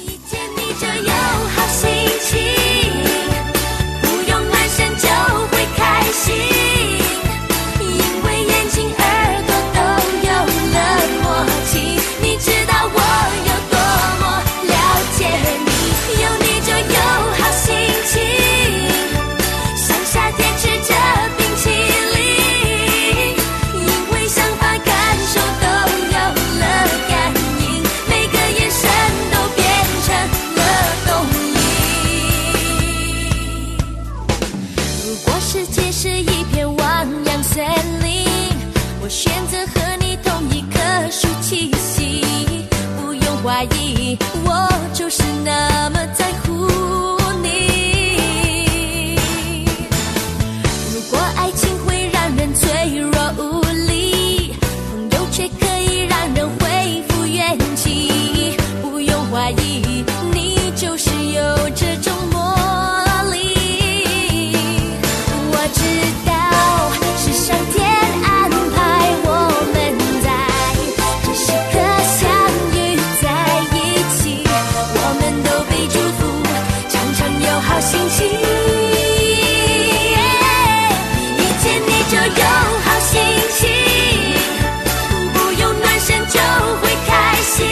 遇见你就有好心情，不用男生就会开心，因为眼睛耳朵都有了默契。你知道我有多么了解你，有你就有好心情，像夏天吃着冰淇淋，因为想法感受都有了感应，每个眼神都变成了动力。如果世界是一片汪洋森林，我选择和你同一棵树栖息，不用怀疑，我就是那么在乎你。如果爱情会让人脆弱无力，朋友却可以让人恢复元气。不用怀疑，你就是有这种魔力。我知道是上天安排我们在这时刻相遇在一起，我们都被祝福，常常有好心情。遇见你就有好心情，不用暖身就会开心，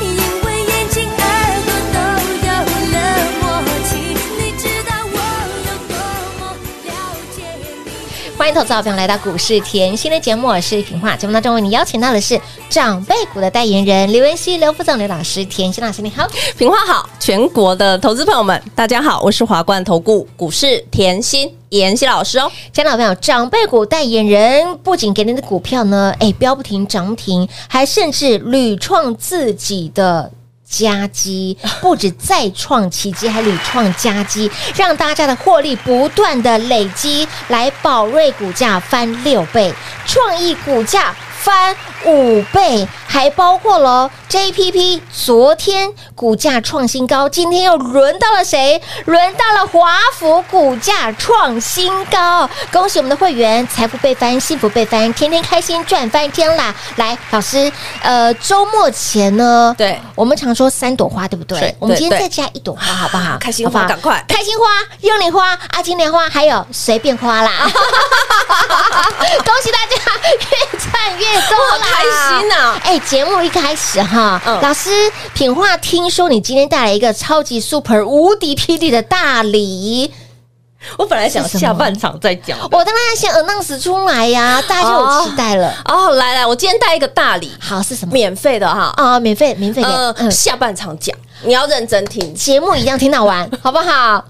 因为眼睛耳朵都有了默契。你知道我有多么了解你。欢迎投资好朋友来到股市甜心的节目，我是平化。节目当中为你邀请到的是长辈股的代言人刘文熙、刘副总、刘老师、甜心老师，你好。平花好，全国的投资朋友们，大家好，我是华冠投顾股市甜心妍希老师哦。亲爱的朋友，长辈股代言人不仅给您的股票呢，哎，飙不停涨不停，还甚至屡创自己的。佳绩不止再创奇迹，还屡创佳绩，让大家的获利不断的累积，来宝瑞股价翻六倍，创意股价翻五倍，还包括了 JPP 昨天股价创新高，今天又轮到了谁？轮到了华府股价创新高，恭喜我们的会员财富倍翻，幸福倍翻，天天开心赚翻天啦！来，老师，呃，周末前呢？对我们常说三朵花，对不对对？我们对今天再对加一朵花，好不好？开心花好不好赶快开心花、幽灵花、阿金莲花，还有随便花啦！ 恭喜大家越赚越多我好啦！开心啊哎，节目一开始哈，嗯老师品话，听说你今天带来一个超级 super 无敌霹雳的大礼， 我本来想是什么下半场再讲的。我当然要先 announce 出来呀、大家就有期待了。 哦，来来，我今天带一个大礼，好是什么？免费的哈。啊、免费免费的，嗯呃，下半场讲，你要认真听。节目一样听到完，好不 好？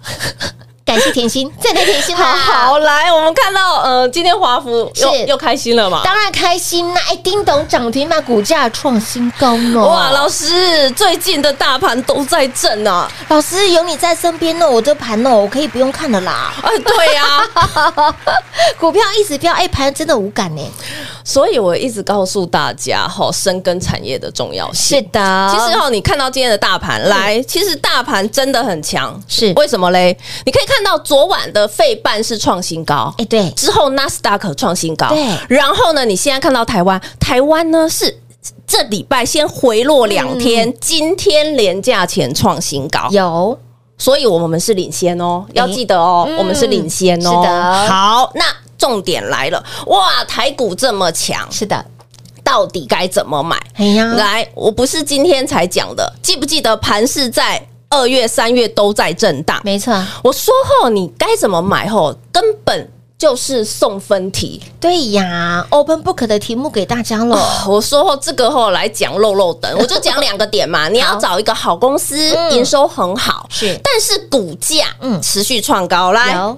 感谢甜心，再见甜心好啦！好，来，我们看到，呃，今天华福又是又开心了嘛？当然开心啦！哎，叮咚涨停板，股价创新高呢！哇，老师，最近的大盘都在震啊！老师有你在身边呢，我这盘呢，我可以不用看了啦。哎，对呀、 股票一直飙，哎，盘真的无感呢。所以我一直告诉大家，哈，深耕产业的重要性。的其实哦，你看到今天的大盘来，其实大盘真的很强，嗯是为什么嘞？你可以看到昨晚的费半是创新高，哎，对，之后纳斯达克创新高，对然后呢，你现在看到台湾，台湾呢是。这礼拜先回落两天，嗯今天廉价前创新高，有所以我们是领先哦，要记得哦，我们是领先哎嗯哦。是的好，那重点来了，哇，台股这么强，是的，到底该怎么买？哎呀，来，我不是今天才讲的，记不记得盘是在二月、三月都在震荡？没错，我说后你该怎么买后，根本就是送分题。对呀，Open Book 的题目给大家了，我说后这个后来讲漏 漏等，我就讲两个点嘛。你要找一个好公司，嗯营收很好，是但是股价嗯持续创高。来，有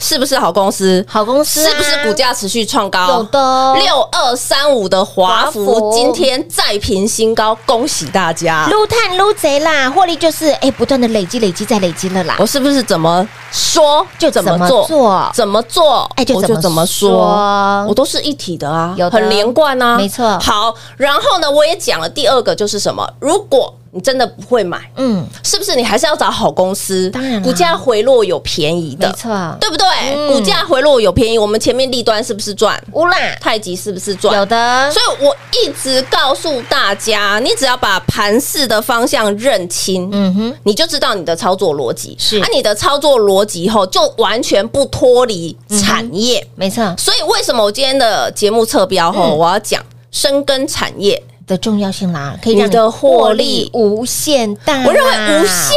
是不是好公司？好公司啊是不是股价持续创高？有的哦六二三五的华华孚孚今天再平新高，恭喜大家！撸碳撸贼啦，获利就是哎不断的累积累积再累积了啦。我是不是怎么说就哦怎么怎么做做，怎么做，哎就我怎就么怎么说说，我都是一体的啊，有的很连贯啊，没错好，然后呢，我也讲了第二个就是什么，如果你真的不会买，嗯，是不是你还是要找好公司？当然啦啊股价回落有便宜没的，错，对不对？嗯股价回落有便宜，我们前面立端是不是赚？乌啦，太极是不是赚？有的所以我一直告诉大家，你只要把盘势的方向认清，嗯哼，你就知道你的操作逻辑是啊，你的操作逻辑后就完全不脱离产业。没错所以为什么我今天的节目侧标后、嗯我要讲深耕产业？的重要性啦，可以让你的获利无限大啦，我认为无限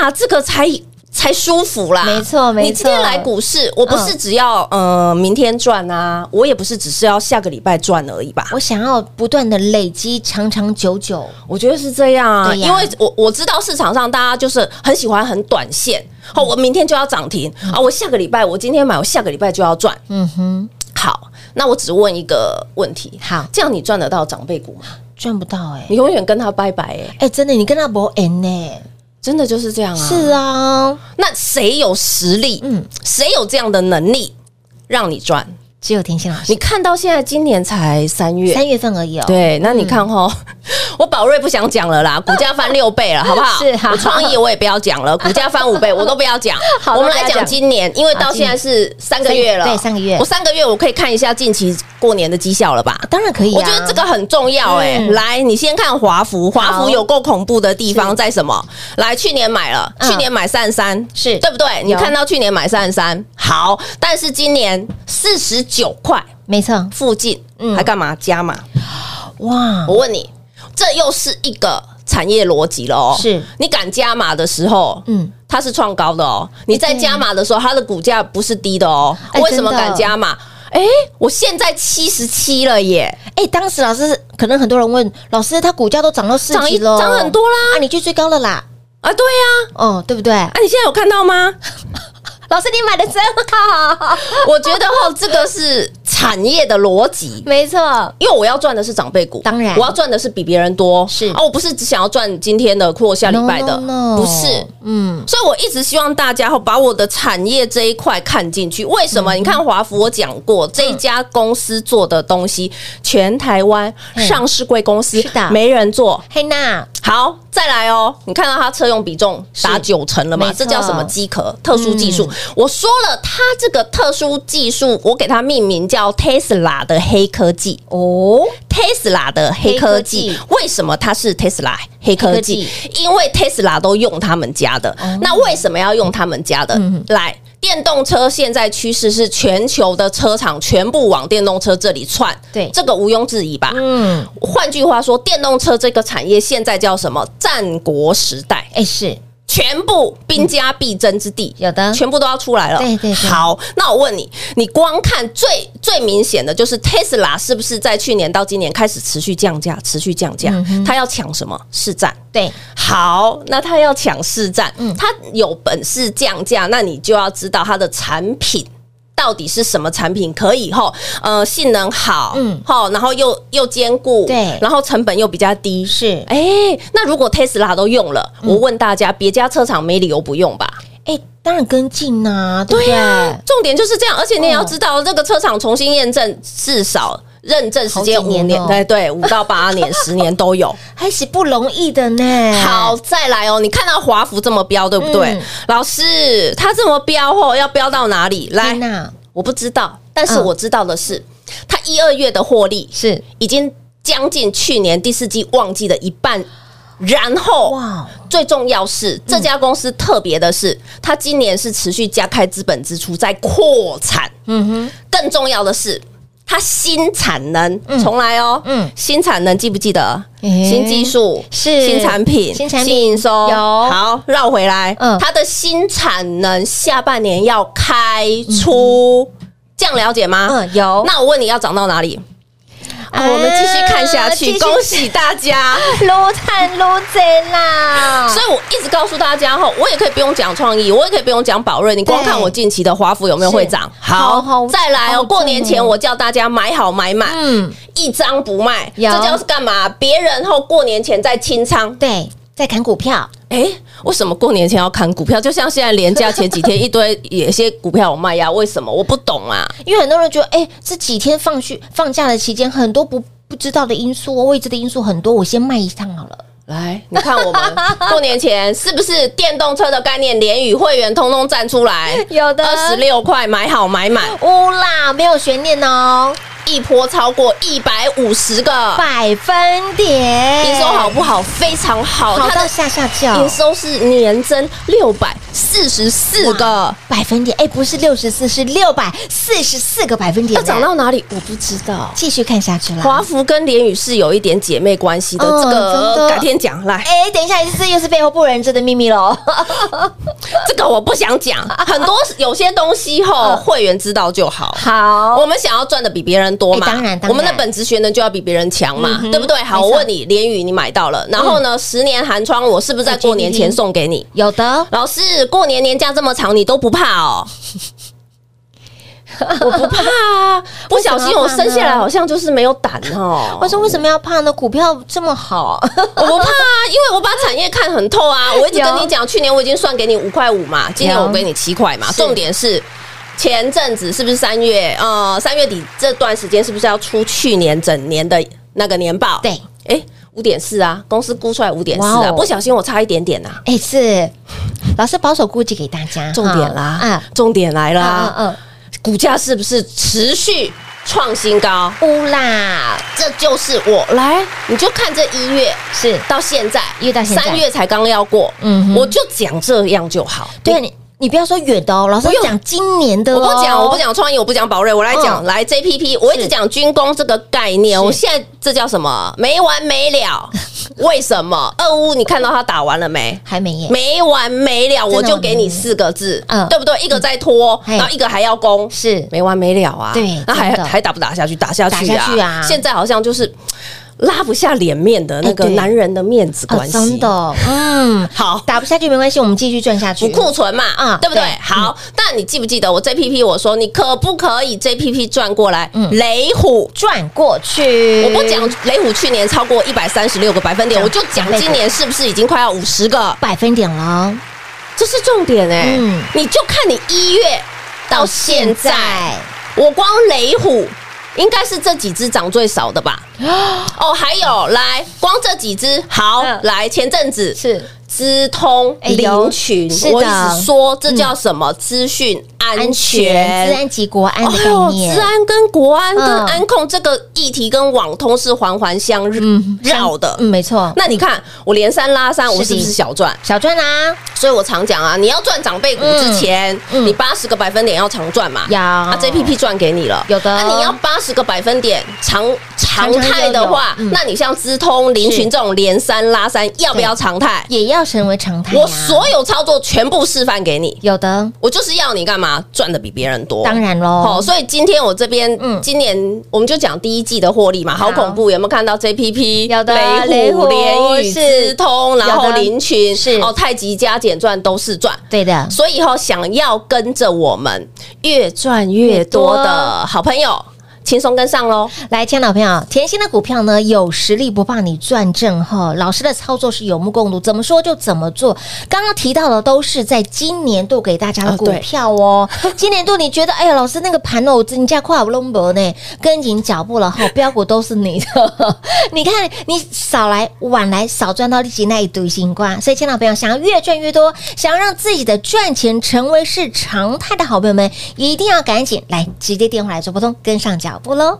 大这个才。才舒服啦，没错嗯没错你今天来股市，我不是只要、呃明天赚啊，我也不是只是要下个礼拜赚而已吧？我想要不断的累积，长长久久。我觉得是这样啊，对呀因为我我知道市场上大家就是很喜欢很短线，嗯哦，我明天就要涨停、啊，我下个礼拜我今天买，我下个礼拜就要赚。嗯哼，好，那我只问一个问题，好这样你赚得到长辈股吗？赚不到哎、你永远跟他拜拜哎、哎、真的，你跟他博 N 呢？真的就是这样啊。是啊，啊，那谁有实力？嗯嗯，谁有这样的能力让你赚？只有甜心老师你，看到现在今年才三月，三月份而已哦。，对，那你看哈， 我宝瑞不想讲了啦， 股价翻六倍了，好不 好？是好我创意我也不要 讲了，股价翻五倍，我都不要讲。好我们都不来要讲讲今年，因为好到今现在是三个月了，对三个月我三个月我可以看一下近期过年的绩效了吧？当然可以、啊。我觉得这个很重要哎、嗯来，你先看华孚，华好孚有够恐怖的地方在什么？来，去年买了，嗯去年买三十三，是对不对？你有看到去年买三十三，好，但是今年四十九块没错。附近，嗯还干嘛加码？哇，我问你，这又是一个产业逻辑了哦。是你敢加码的时候，嗯，啊它是创高的哦。你在加码的时候，它的股价不是低的哦。哎为什么真的敢加码？哎，我现在七十七了耶，哎、当时老师可能很多人问老师，他股价都涨到四涨级一了，涨很多啦啊，你去追高了啦，啊！对呀、哦，对不对？啊，你现在有看到吗？老师，你买的真好，我觉得哦，这个是产业的逻辑。 没错，因为我要赚的是长辈股，当然我要赚的是比别人多，是啊，我不是只想要赚今天的或下礼拜的 No, no, no 不是，嗯，所以我一直希望大家哈，把我的产业这一块看进去。为嗯什么？你看华孚，我讲过这一家公司做的东西，全台湾嗯上市贵公司是的没人做。黑娜好，再来哦，你看到它车用比重达九成了没嘛？错这叫什么机嗯壳？特殊技术。我说了，它这个特殊技术，我给它命名叫 Tesla 的黑科技。哦， Tesla 的黑科技黑科为什么它是 Tesla 黑科技？因为 Tesla 都用他们家的。那为什么要用他们家的？来，电动车现在趋势是全球的车厂全部往电动车这里窜，对这个毋庸置疑吧？嗯，换句话说，电动车这个产业现在叫什么？战国时代。哎、是全部兵家必争之地，有的全部都要出来了。对对对好，那我问你，你光看最最明显的就是 Tesla 是不是在去年到今年开始持续降价，持续降嗯价？它要抢什么市占？对，好，那它要抢市占，嗯它有本事降价，那你就要知道它的产品。到底是什么产品可以后，呃，性能好，嗯嗯，好，然后又又兼顾，对然后成本又比较低，是哎、那如果 Tesla 都用了，嗯我问大家，别家车厂没理由不用吧？哎、当然跟进呐、对不对？啊重点就是这样，而且你也要哦知道，这个车厂重新验证至少认证时间好几五年年，哦对对，五到八年、十年 都有。还是不容易的呢。好，，再来哦，你看到华孚这么标，对不对？哎嗯老师，它这么标哦，要标到哪里？来黑，娜我不知道，但是嗯我知道的是，它一二月的获利是已经将近去年第四季旺季的一半，然后哇，最重要是，这家公司特别的是，它今年是持续加开资本支出，在扩产。嗯哼，更重要的是，它新产能重来哦，嗯嗯，新产能记不记得？诶新技术是新产品，新产品营收有好绕回来，嗯它的新产能下半年要开出，这样了解吗？嗯有呃那我问你要涨到哪里？啊我们继续看下继去，续恭 喜大家！撸碳撸贼啦！所以我一直告诉大家哈，我也可以不用讲创意，我也可以不用讲宝瑞，你光对看我近期的华府有没有会涨？是好好再来好哦，过年前重哦我叫大家买好买满，嗯，一张不卖，有这就是干嘛？别人后过年前在清仓，对，在砍股票，哎，为什么过年前要砍股票？就像现在连假前几天一堆有些股票有卖呀，为什么？我不懂啊。因为很多人觉得，哎、这几天放去放假的期间，很多不不知道的因素，啊未知的因素很多，我先卖一趟好了。来，你看我 们过年前是不是电动车的概念，联宇会员通通站出 来，有的二十六块买好买满，乌啦，没有悬念哦，一波超过一百五十个，百分点，营收好不好？非常好，好它到的下下叫营，收是年增六百四十四个，百分点，哎、不是六十四，是六百四十四个百分点，要涨到哪里我不知道。继续看下去了。华孚跟联宇是有一点姐妹关系的，嗯这真个的改天讲。 来，哎、等一下，这又是背后不为人知的秘密喽。这个我不想 讲，很多有些东西吼，会员知道就好。嗯好，我们想要赚的比别人多哎嘛？当然当然嗯我们的本职学能就要比别人强嘛，对不对？没错好，嗯我问你，联宇你买到了，然后呢，十年寒窗我是不是在过年前送给你？有的，老师，过年年假这么长，你都不 怕哦？我不怕啊，不小心我生下来好像就是没有胆哦。我说为什么要怕呢？股票这么好，我不怕啊，因为我把产业看很透 啊。我一直跟有你讲，去年我已经算给你五块五嘛，今年我给你七块嘛。是重点是前阵子是不是三月？呃，三月底这段时间是不是要出去年整年的那个年报？对，哎，五点四啊，公司估出来五点四哇啊，哦不小心我差一点点呐、啊。 哎、是老师保守估计给大家重点啦，啊，重点来啦，嗯嗯股价是不是持续创新高？嗯，乌啦，这就是我来，你就看这一月是到现在，一月到现在三月才刚要过，嗯哼我就讲这样就好。对啊，你你不要说远的哦，老师不用讲今年的、哦，我不讲，我不，讲创意，我不讲宝瑞，我来讲、嗯来 JPP，我一直讲军工这个概念，是我现在这叫什么？没完 没了。为什么？俄乌你看到他打完了没？还没耶，没完没了，的我就给没你完没了四个字，嗯对不对？一个在拖，嘿然后一个还要攻，是没完没了啊！对那还真的还打不打下去？打下去打啊！下去啊现在好像就是拉不下脸面的那个哎对男人的面子哦关系，真的哦，嗯，好。打不下去没关系，我们继续赚下去，补库存嘛，嗯啊，对不对对？好，但你记不记得我 JPP 我说你可不可以 JPP 转过来？嗯雷虎，转过去，我不讲雷虎去年超过一百三十六个百分点，讲我就讲今年是不是已经快要五十个？百分点哦了，这是重点哎嗯，你就看你一月到现在，我光雷虎应该是这几只涨最少 的吧？哦，还有来，光这几只好、嗯来，前阵子是资通哎有林群，是的我一直说这叫什么？资讯安治全。嗯安及国安的概哦，念，治安跟国安跟嗯安控这个议题跟网通是环环相绕的。嗯，没错，那你看，我连三拉三，我是的是不是小赚？小赚啦，所以我常讲啊，你要赚长辈股之前，嗯嗯你八十个百分点要常赚嘛。有啊，JPP 赚给你了，有的那、你要八十个百分点常常常态的话，有有嗯那你像资通、林群这种连三拉三，要不要常态？也要成为常态呀，啊我所有操作全部示范给你，有的，我就是要你干嘛？赚的比别人多。当然喽，好、所以今天我这边，嗯今年我们就讲第一季的获利嘛，好好恐怖，有没有看到 JPP、有的雷雷虎、虎联宇、是资通，然有后的林群是哦，太极加减赚都是赚。对的，所以哈、想要跟着我们越赚越多的好朋友，轻松跟上喽。来，亲爱的老朋友，甜心的股票呢，有实力不怕你赚正哈。老师的操作是有目共睹，怎么说就怎么做。刚刚提到的都是在今年度给大家的哦股对票 哦。今年度你觉得，哎呀，老师那个盘哦，我真价跨不拢博呢，跟紧脚步了哈，标股都是你的。你看，你少来晚来少赚到利息那一堆新瓜。所以，亲爱的朋友，想要越赚越多，想要让自己的赚钱成为是常态的好朋友们，一定要赶紧来直接电话来做拨通，跟上脚步喽。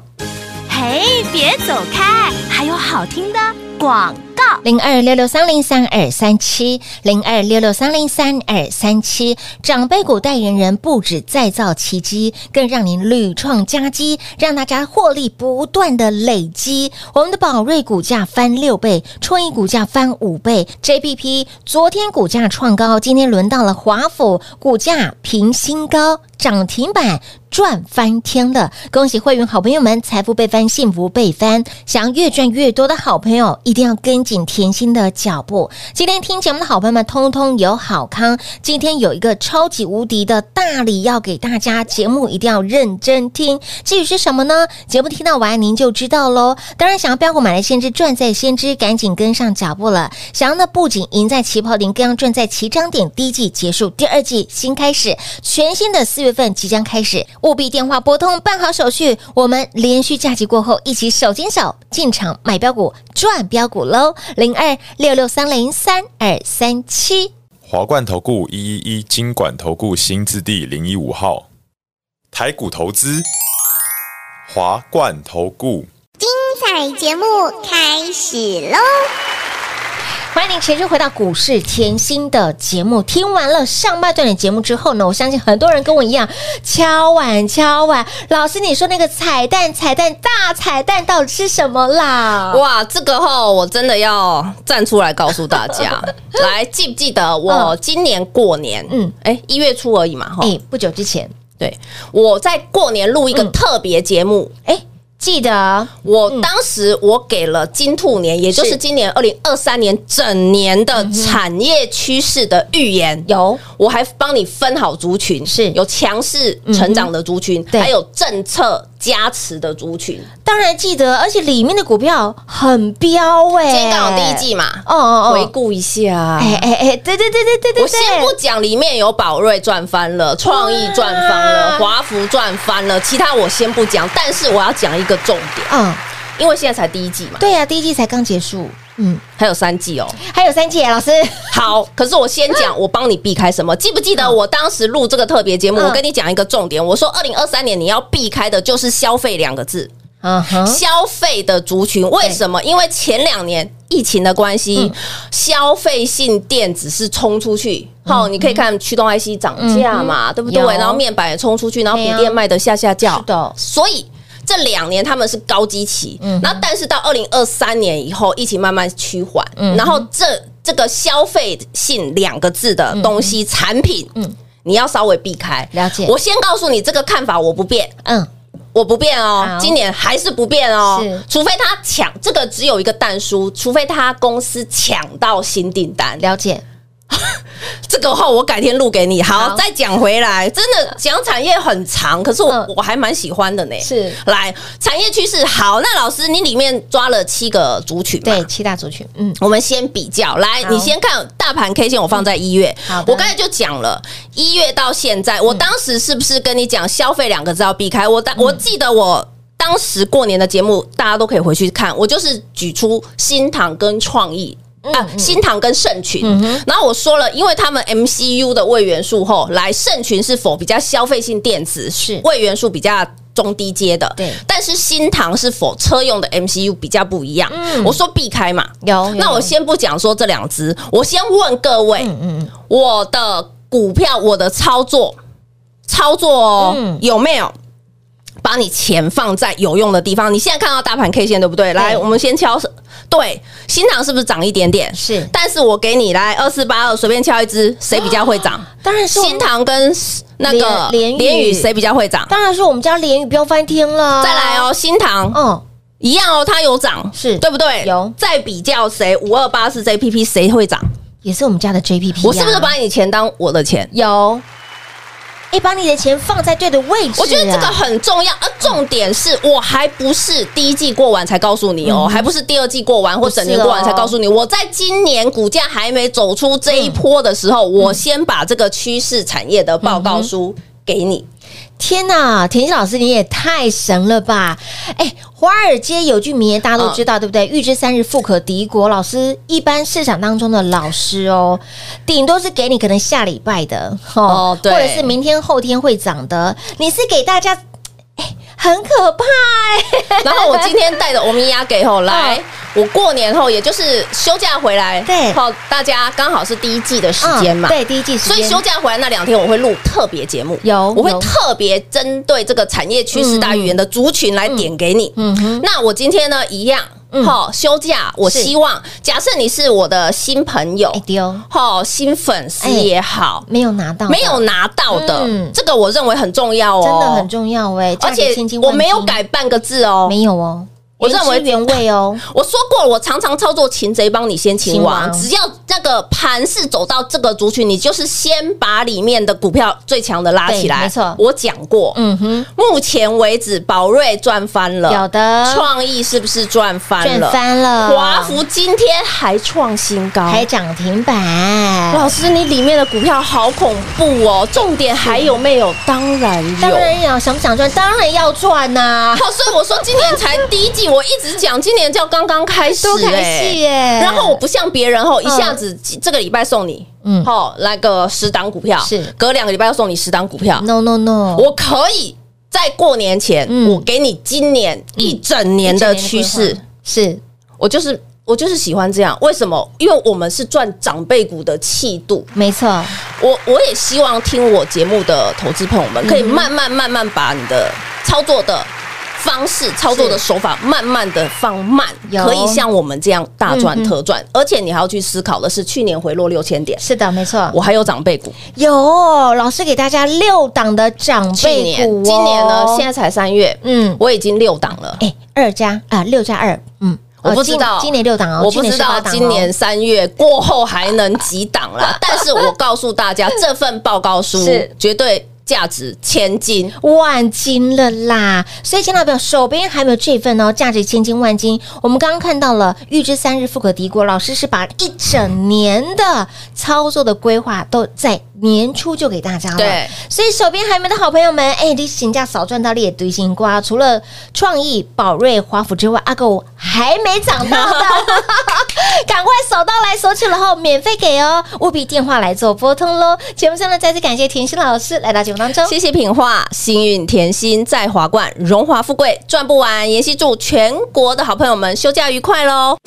嘿，别走开，还有好听的广告。零二六六三零三二三七，零二六六三零三二三七。长辈股代言人不止再造奇迹，更让您屡创佳绩，让大家获利不断的累积。我们的宝瑞股价翻六倍，创意股价翻五倍，JPP 昨天股价创高，今天轮到了华府股价平新高。涨停板赚翻天了！恭喜会员好朋友们，财富倍翻，幸福倍翻！想要越赚越多的好朋友，一定要跟紧甜心的脚步。今天听节目的好朋友们，通通有好康！今天有一个超级无敌的大礼要给大家，节目一定要认真听。至于是什么呢？节目听到完您就知道喽。当然，想要标股买来先知，赚在先知，赶紧跟上脚步了。想要呢，不仅赢在起跑点，更要赚在起涨点。第一季结束，第二季新开始，全新的四月份即将开始，务必电话拨通，办好手续。我们连续假期过后，一起手牵手进场买标股，赚标股喽！零二六六三零三二三七。华冠投顾一一一金管投顾新字第零一五号，台股投资，华冠投顾。彩节目开始喽！欢迎您持续回到股市甜心的节目。听完了上半段的节目之后呢，我相信很多人跟我一样敲碗敲碗。老师，你说那个彩蛋彩蛋大彩蛋到底是什么啦？哇，这个吼，我真的要站出来告诉大 家，来记不记得我今年过年，嗯嗯，哎，一月初而已嘛，哈，哎，不久之前，对，我在过年录一个特别节目，哎，记得哦我当时我给了金兔年，也就是嗯是今年二零二三年整年的产业趋势的预言，有我还帮你分好族群，是嗯有强势成长的族群，对还有政策加持的族群。当然记得，而且里面的股票很彪哎、今天刚好第一季嘛，哦哦哦，回顾一下。哎哎哎，对对对对对对，我先不讲，里面有宝瑞赚翻了，创意赚翻了，哇华福赚翻了，其他我先不讲。但是我要讲一个重点，嗯，因为现在才第一季嘛，对呀、啊第一季才刚结束，嗯，还有三季哦。还有三季老 师，好，可是我先讲，我帮你避开什么？记不记得我当时录这个特别节目？嗯我跟你讲一个重点，我说二零二三年你要避开的就是消费两个字。嗯哼消费的族群。为什么？因为前两年疫情的关嗯系，消费性电子是冲出去。嗯好，你可以看驱动 IC 涨价嘛，对不对有？然后面板也冲出去，然后对笔啊电卖的下下叫。是的嗯所以。这两年他们是高基期，那但是到二零二三年以后，疫情慢慢趋缓，嗯然后这这个消费性两个字的东西产品，你要稍微避开。嗯了解我先告诉你这个看法，我不变，嗯，我不变好哦，今年还是不变哦是，除非他抢这个只有一个蛋叔，除非他公司抢到新订单。了解，这个话我改天录给你。好，好再讲回来，真的讲产业很长，可是我、嗯我还蛮喜欢的呢。是来产业趋势好，那老师你里面抓了七个族群嘛，对，七大族群，嗯，我们先比较，来，好你先看大盘 K 线，我放在一月。好的嗯我刚才就讲了，一月到现在，我当时是不是跟你讲消费两个字要避开？我当我记得我。当时过年的节目，大家都可以回去看。我就是举出新塘跟创意嗯啊，新塘跟盛群。然后我说了，因为他们 MCU 的位元素后来，盛群是否比较消费性电子是位元素比较中低阶的，对但是新塘是否车用的 MCU 比较不一样？嗯我说避开嘛，有，那有我先不讲说这两只，我先问各位，嗯我的股票，我的操作，操作哦，嗯有没有？把你钱放在有用的地方。你现在看到大盘 K 线对不对？来，我们先敲。对，新塘是不是涨一点点？是但是我给你来二四八二，随便敲一只，谁比较会涨？当然是我们新塘跟那个联联宇哦联宇谁比较会涨？当然是我们家连宇飙翻天了，再来，哦，新塘嗯，一样哦，它有涨，是对不对？有再比较谁五二八四 JPP 谁会涨？也是我们家的 JPP，我是不是呀把你钱当我的钱？啊有？哎，把你的钱放在对的位置啊，我觉得这个很重要，而啊重点是我还不是第一季过完才告诉嗯你哦，还不是第二季过完或整年过完哦才告诉你。我在今年股价还没走出这嗯一波的时候，我先把这个趋势产业的报嗯告书给你。天呐，田心老师你也太神了吧！哎，华尔街有句名言大家都知嗯道，对不对？预知三日，富可敌国。老师一般市场当中的老师哦，顶多是给你可能下礼拜的哦哦，对或者是明天后天会涨的，你是给大家。哎，很可怕哎、然后我今天带着欧米亚给 后来嗯，我过年后也就是休假回来，对好，大家刚好是第一季的时间嘛，嗯对，第一季时所间，以休假回来那两天，我会录特别节目，有我会有特别嗯针对这个产业趋势大预言的族群来点给你。嗯哼，那我今天呢，一样好休假，我是希望假设你是我的新朋友哎，丢好新粉丝哎也好，没有拿到的，没有拿到的哎嗯，这个我认为很重要哦，真的很重要哎，而价且格千金我万没有金，改半个字哦，没有哦，我认为原汁原味哦，我说过，我常常操作擒贼帮你先擒擒王，王只要那个盘势走到这个族群，你就是先把里面的股票最强的拉起来。对没错我讲过，嗯哼，目前为止宝瑞赚翻有了，的创意是不是赚翻赚了？翻了，华孚今天还创新高，还涨停板，老师，你里面的股票好恐怖哦！重点还有没有？当然有，当然要想不想赚，当然要赚呐，好，所以我说今年才第一季，我一直讲今年叫刚刚开始、多开哎心耶！然后我不像别人吼，一嗯下子几这个礼拜送你，嗯嗯，吼，来个十档股票，是隔两个礼拜又送你十档股票， no no no，我可以在过年前，嗯我给你今年一整年的趋势，是我就是。我就是喜欢这样，为什么？因为我们是赚长辈股的气度。没错，我我也希望听我节目的投资朋友嗯们，可以慢慢慢慢把你的操作的方式、操作的手法慢慢的放慢，有可以像我们这样大赚嗯哼特赚。而且你还要去思考的是，去年回落六千点，是的，没错，我还有长辈股，有老师给大家六档的长去辈年、股哦，今年呢，现在才三月，嗯，我已经六档了。哎，二加啊六加二，嗯，我哦不知道今今年六档哦，我去不年知是道八档哦今年三月过后还能几档啦，但是我告诉大家，这份报告书 是绝对价值千金。万金了啦！所以，亲爱的朋友，手边还没有这份哦，价值千金万金。我们刚刚看到了，预知三日富可敌国，老师是把一整年的操作的规划都在年初就给大家了。对，所以手边还没的好朋友们，哎，你请假少赚到你也堆心瓜。除了创意、宝瑞、华府之外，阿狗还没涨到的，赶快手到来索取了后，免费给哦，务必电话来做拨通喽。节目上呢，再次感谢甜心老师来到节目当中。谢谢品画，幸运甜心在华冠，荣华富贵赚不完。妍希祝全国的好朋友们休假愉快喽！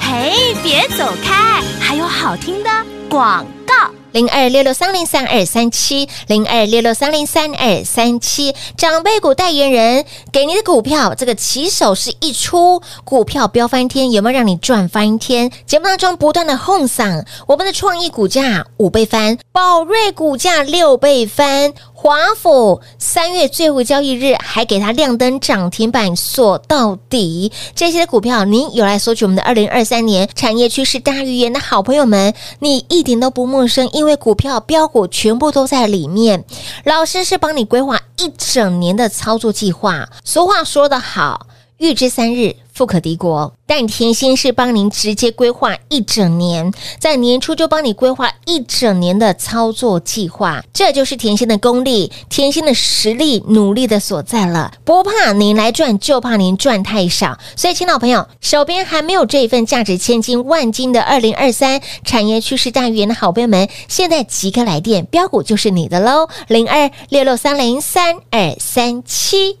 嘿，别走开，还有好听的广告。零二六六三零三二三七，零二六六三零三二三七，长辈股代言人给您的股票，这个起手是一出，股票飙翻天，有没有让你赚翻天？节目当中不断的哄嗓，我们的创意股价五倍翻，宝瑞股价六倍翻，华府三月最后交易日还给它亮灯涨停板锁到底，这些股票您有来索取我们的二零二三年产业趋势大预言的好朋友们，你一点都不陌生，因为股票标股全部都在里面。老师是帮你规划一整年的操作计划。俗话说得好，预知三日。富可敌国，但甜心是帮您直接规划一整年，在年初就帮你规划一整年的操作计划，这就是甜心的功力，甜心的实力，努力的所在了。不怕您来赚，就怕您赚太少。所以，亲老朋友，手边还没有这一份价值千金万金的二零二三产业趋势大预言的好朋友们，现在即刻来电，标股就是你的喽，零二六六三零三二三七。